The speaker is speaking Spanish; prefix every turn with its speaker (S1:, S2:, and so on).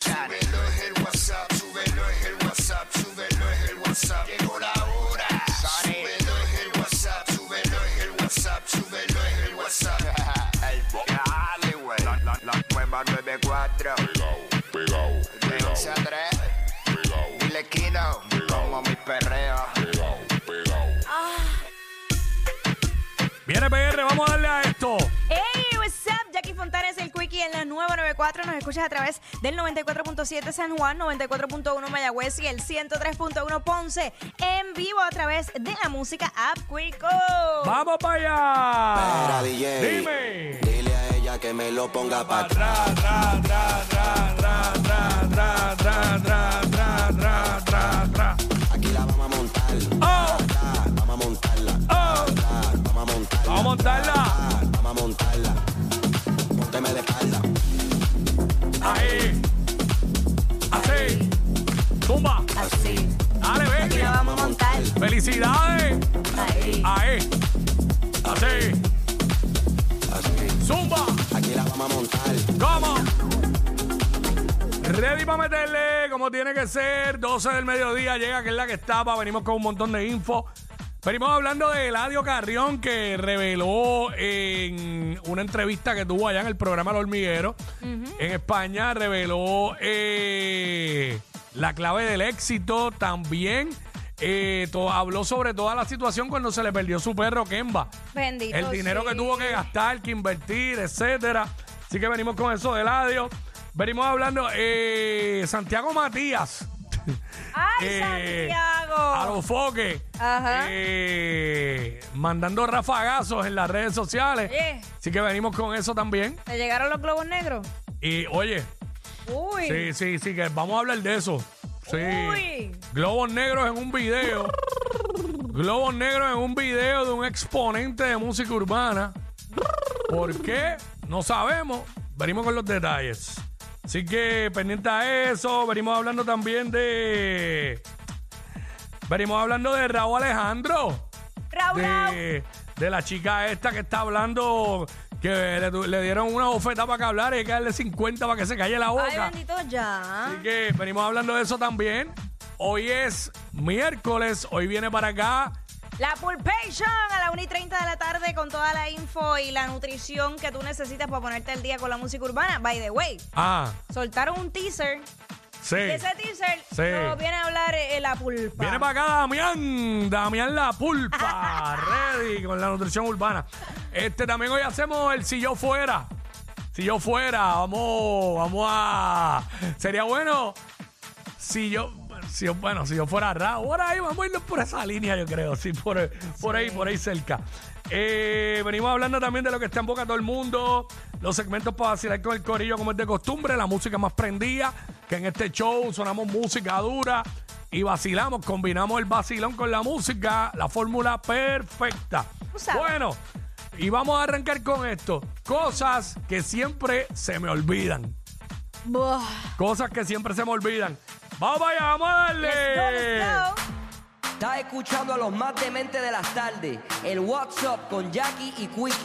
S1: sonar. Súbelo es el WhatsApp, súbelo es el WhatsApp, súbelo es el WhatsApp. Llegó la hora. Súbelo es el WhatsApp, súbelo es el WhatsApp, súbelo es el WhatsApp.
S2: El bo- Dale, güey. La, la, la nueva 94.
S3: pegao,
S2: De 11 a 3.
S3: pegao,
S2: Dile Kino. Como mi perreo.
S3: pegao, pegao.
S4: Viene PR, vamos a darle a esto.
S5: Hey, what's up? Jackie Fontanes, el Quickie en la 994. Nos escuchas a través del 94.7 San Juan, 94.1 Mayagüez y el 103.1 Ponce. En vivo a través de la música App Quico.
S4: Vamos para allá.
S6: Era DJ.
S4: Dime.
S6: Dile a ella que me lo ponga para atrás.
S4: Ra, ra, ra, ra, ra, ra, ra, ra, ra, ra, ra, ra, ra.
S6: Aquí la vamos a montar.
S4: Oh,
S6: Ah, Vamos a montarla.
S4: oh.
S6: Ah, Vamos a montarla.
S4: Vamos a montarla.
S6: Ah, Vamos a montarla. Pónteme de espalda.
S4: Ahí. Así. Tumba.
S5: Así.
S4: Dale,
S5: Aquí la
S4: baby.
S5: vamos a montar.
S4: Felicidades.
S5: Ahí.
S4: Ahí. Así.
S6: Así.
S4: Zumba.
S6: Aquí la vamos a montar.
S4: ¿Cómo? Ready para meterle, como tiene que ser. 12 del mediodía llega, que es la que estaba. Venimos con un montón de info. Venimos hablando de Eladio Carrión, que reveló en una entrevista que tuvo allá en el programa El Hormiguero, en España, reveló eh, la clave del éxito también. eh, to- habló sobre toda la situación cuando se le perdió su perro Kemba
S5: Bendito.
S4: el dinero que
S5: sí.
S4: tuvo que gastar, que invertir, etcétera. Así que venimos con eso de ladio. Venimos hablando eh, Santiago Matías.
S5: ¡Ay,
S4: Eh, A
S5: Santiago!
S4: los foques.
S5: Ajá.
S4: Eh, mandando rafagazos en las redes sociales.
S5: Oye.
S4: Así que venimos con eso también.
S5: ¿Te llegaron los globos negros?
S4: Y oye,
S5: Uy.
S4: sí, sí, sí, que vamos a hablar de eso. Sí.
S5: Uy.
S4: Globos negros en un video. Globos negros en un video de un exponente de música urbana. ¿Por qué? No sabemos. Venimos con los detalles. Así que pendiente a eso. Venimos hablando también de. Venimos hablando de Raúl Alejandro.
S5: Raúl.
S4: De, de la chica esta que está hablando. Que le, tu- le dieron una bofeta para que hablar y hay que darle 50 para que se calle la boca.
S5: Ay, bendito ya.
S4: Así que venimos hablando de eso también. Hoy es miércoles, hoy viene para acá.
S5: La Pulpation a las 1 y 30 de la tarde con toda la info y la nutrición que tú necesitas para ponerte al día con la música urbana. By the way,
S4: Ah,
S5: soltaron un teaser.
S4: sí.
S5: Y ese teaser
S4: Sí.
S5: nos viene a hablar eh, la pulpa.
S4: Viene para acá Damián, Damián La Pulpa, ready con la nutrición urbana. Este también hoy hacemos el Si Yo Fuera. Si Yo Fuera, vamos, vamos a... Sería bueno si yo... Si yo, bueno, si yo fuera Ra, ahora ahí vamos a irnos por esa línea, yo creo, sí, por, por ahí, por ahí cerca. Eh, venimos hablando también de lo que está en boca de todo el mundo, los segmentos para vacilar con el corillo como es de costumbre, la música más prendida, que en este show sonamos música dura y vacilamos, combinamos el vacilón con la música, la fórmula perfecta.
S5: Tú sabes.
S4: Bueno, y vamos a arrancar con esto, cosas que siempre se me olvidan.
S5: Buah.
S4: Cosas que siempre se me olvidan. Vamos allá, vamos a darle.
S5: Let's go, let's go.
S7: Estás escuchando a los más dementes de las tardes, el WhatsApp con Jackie y Quickie.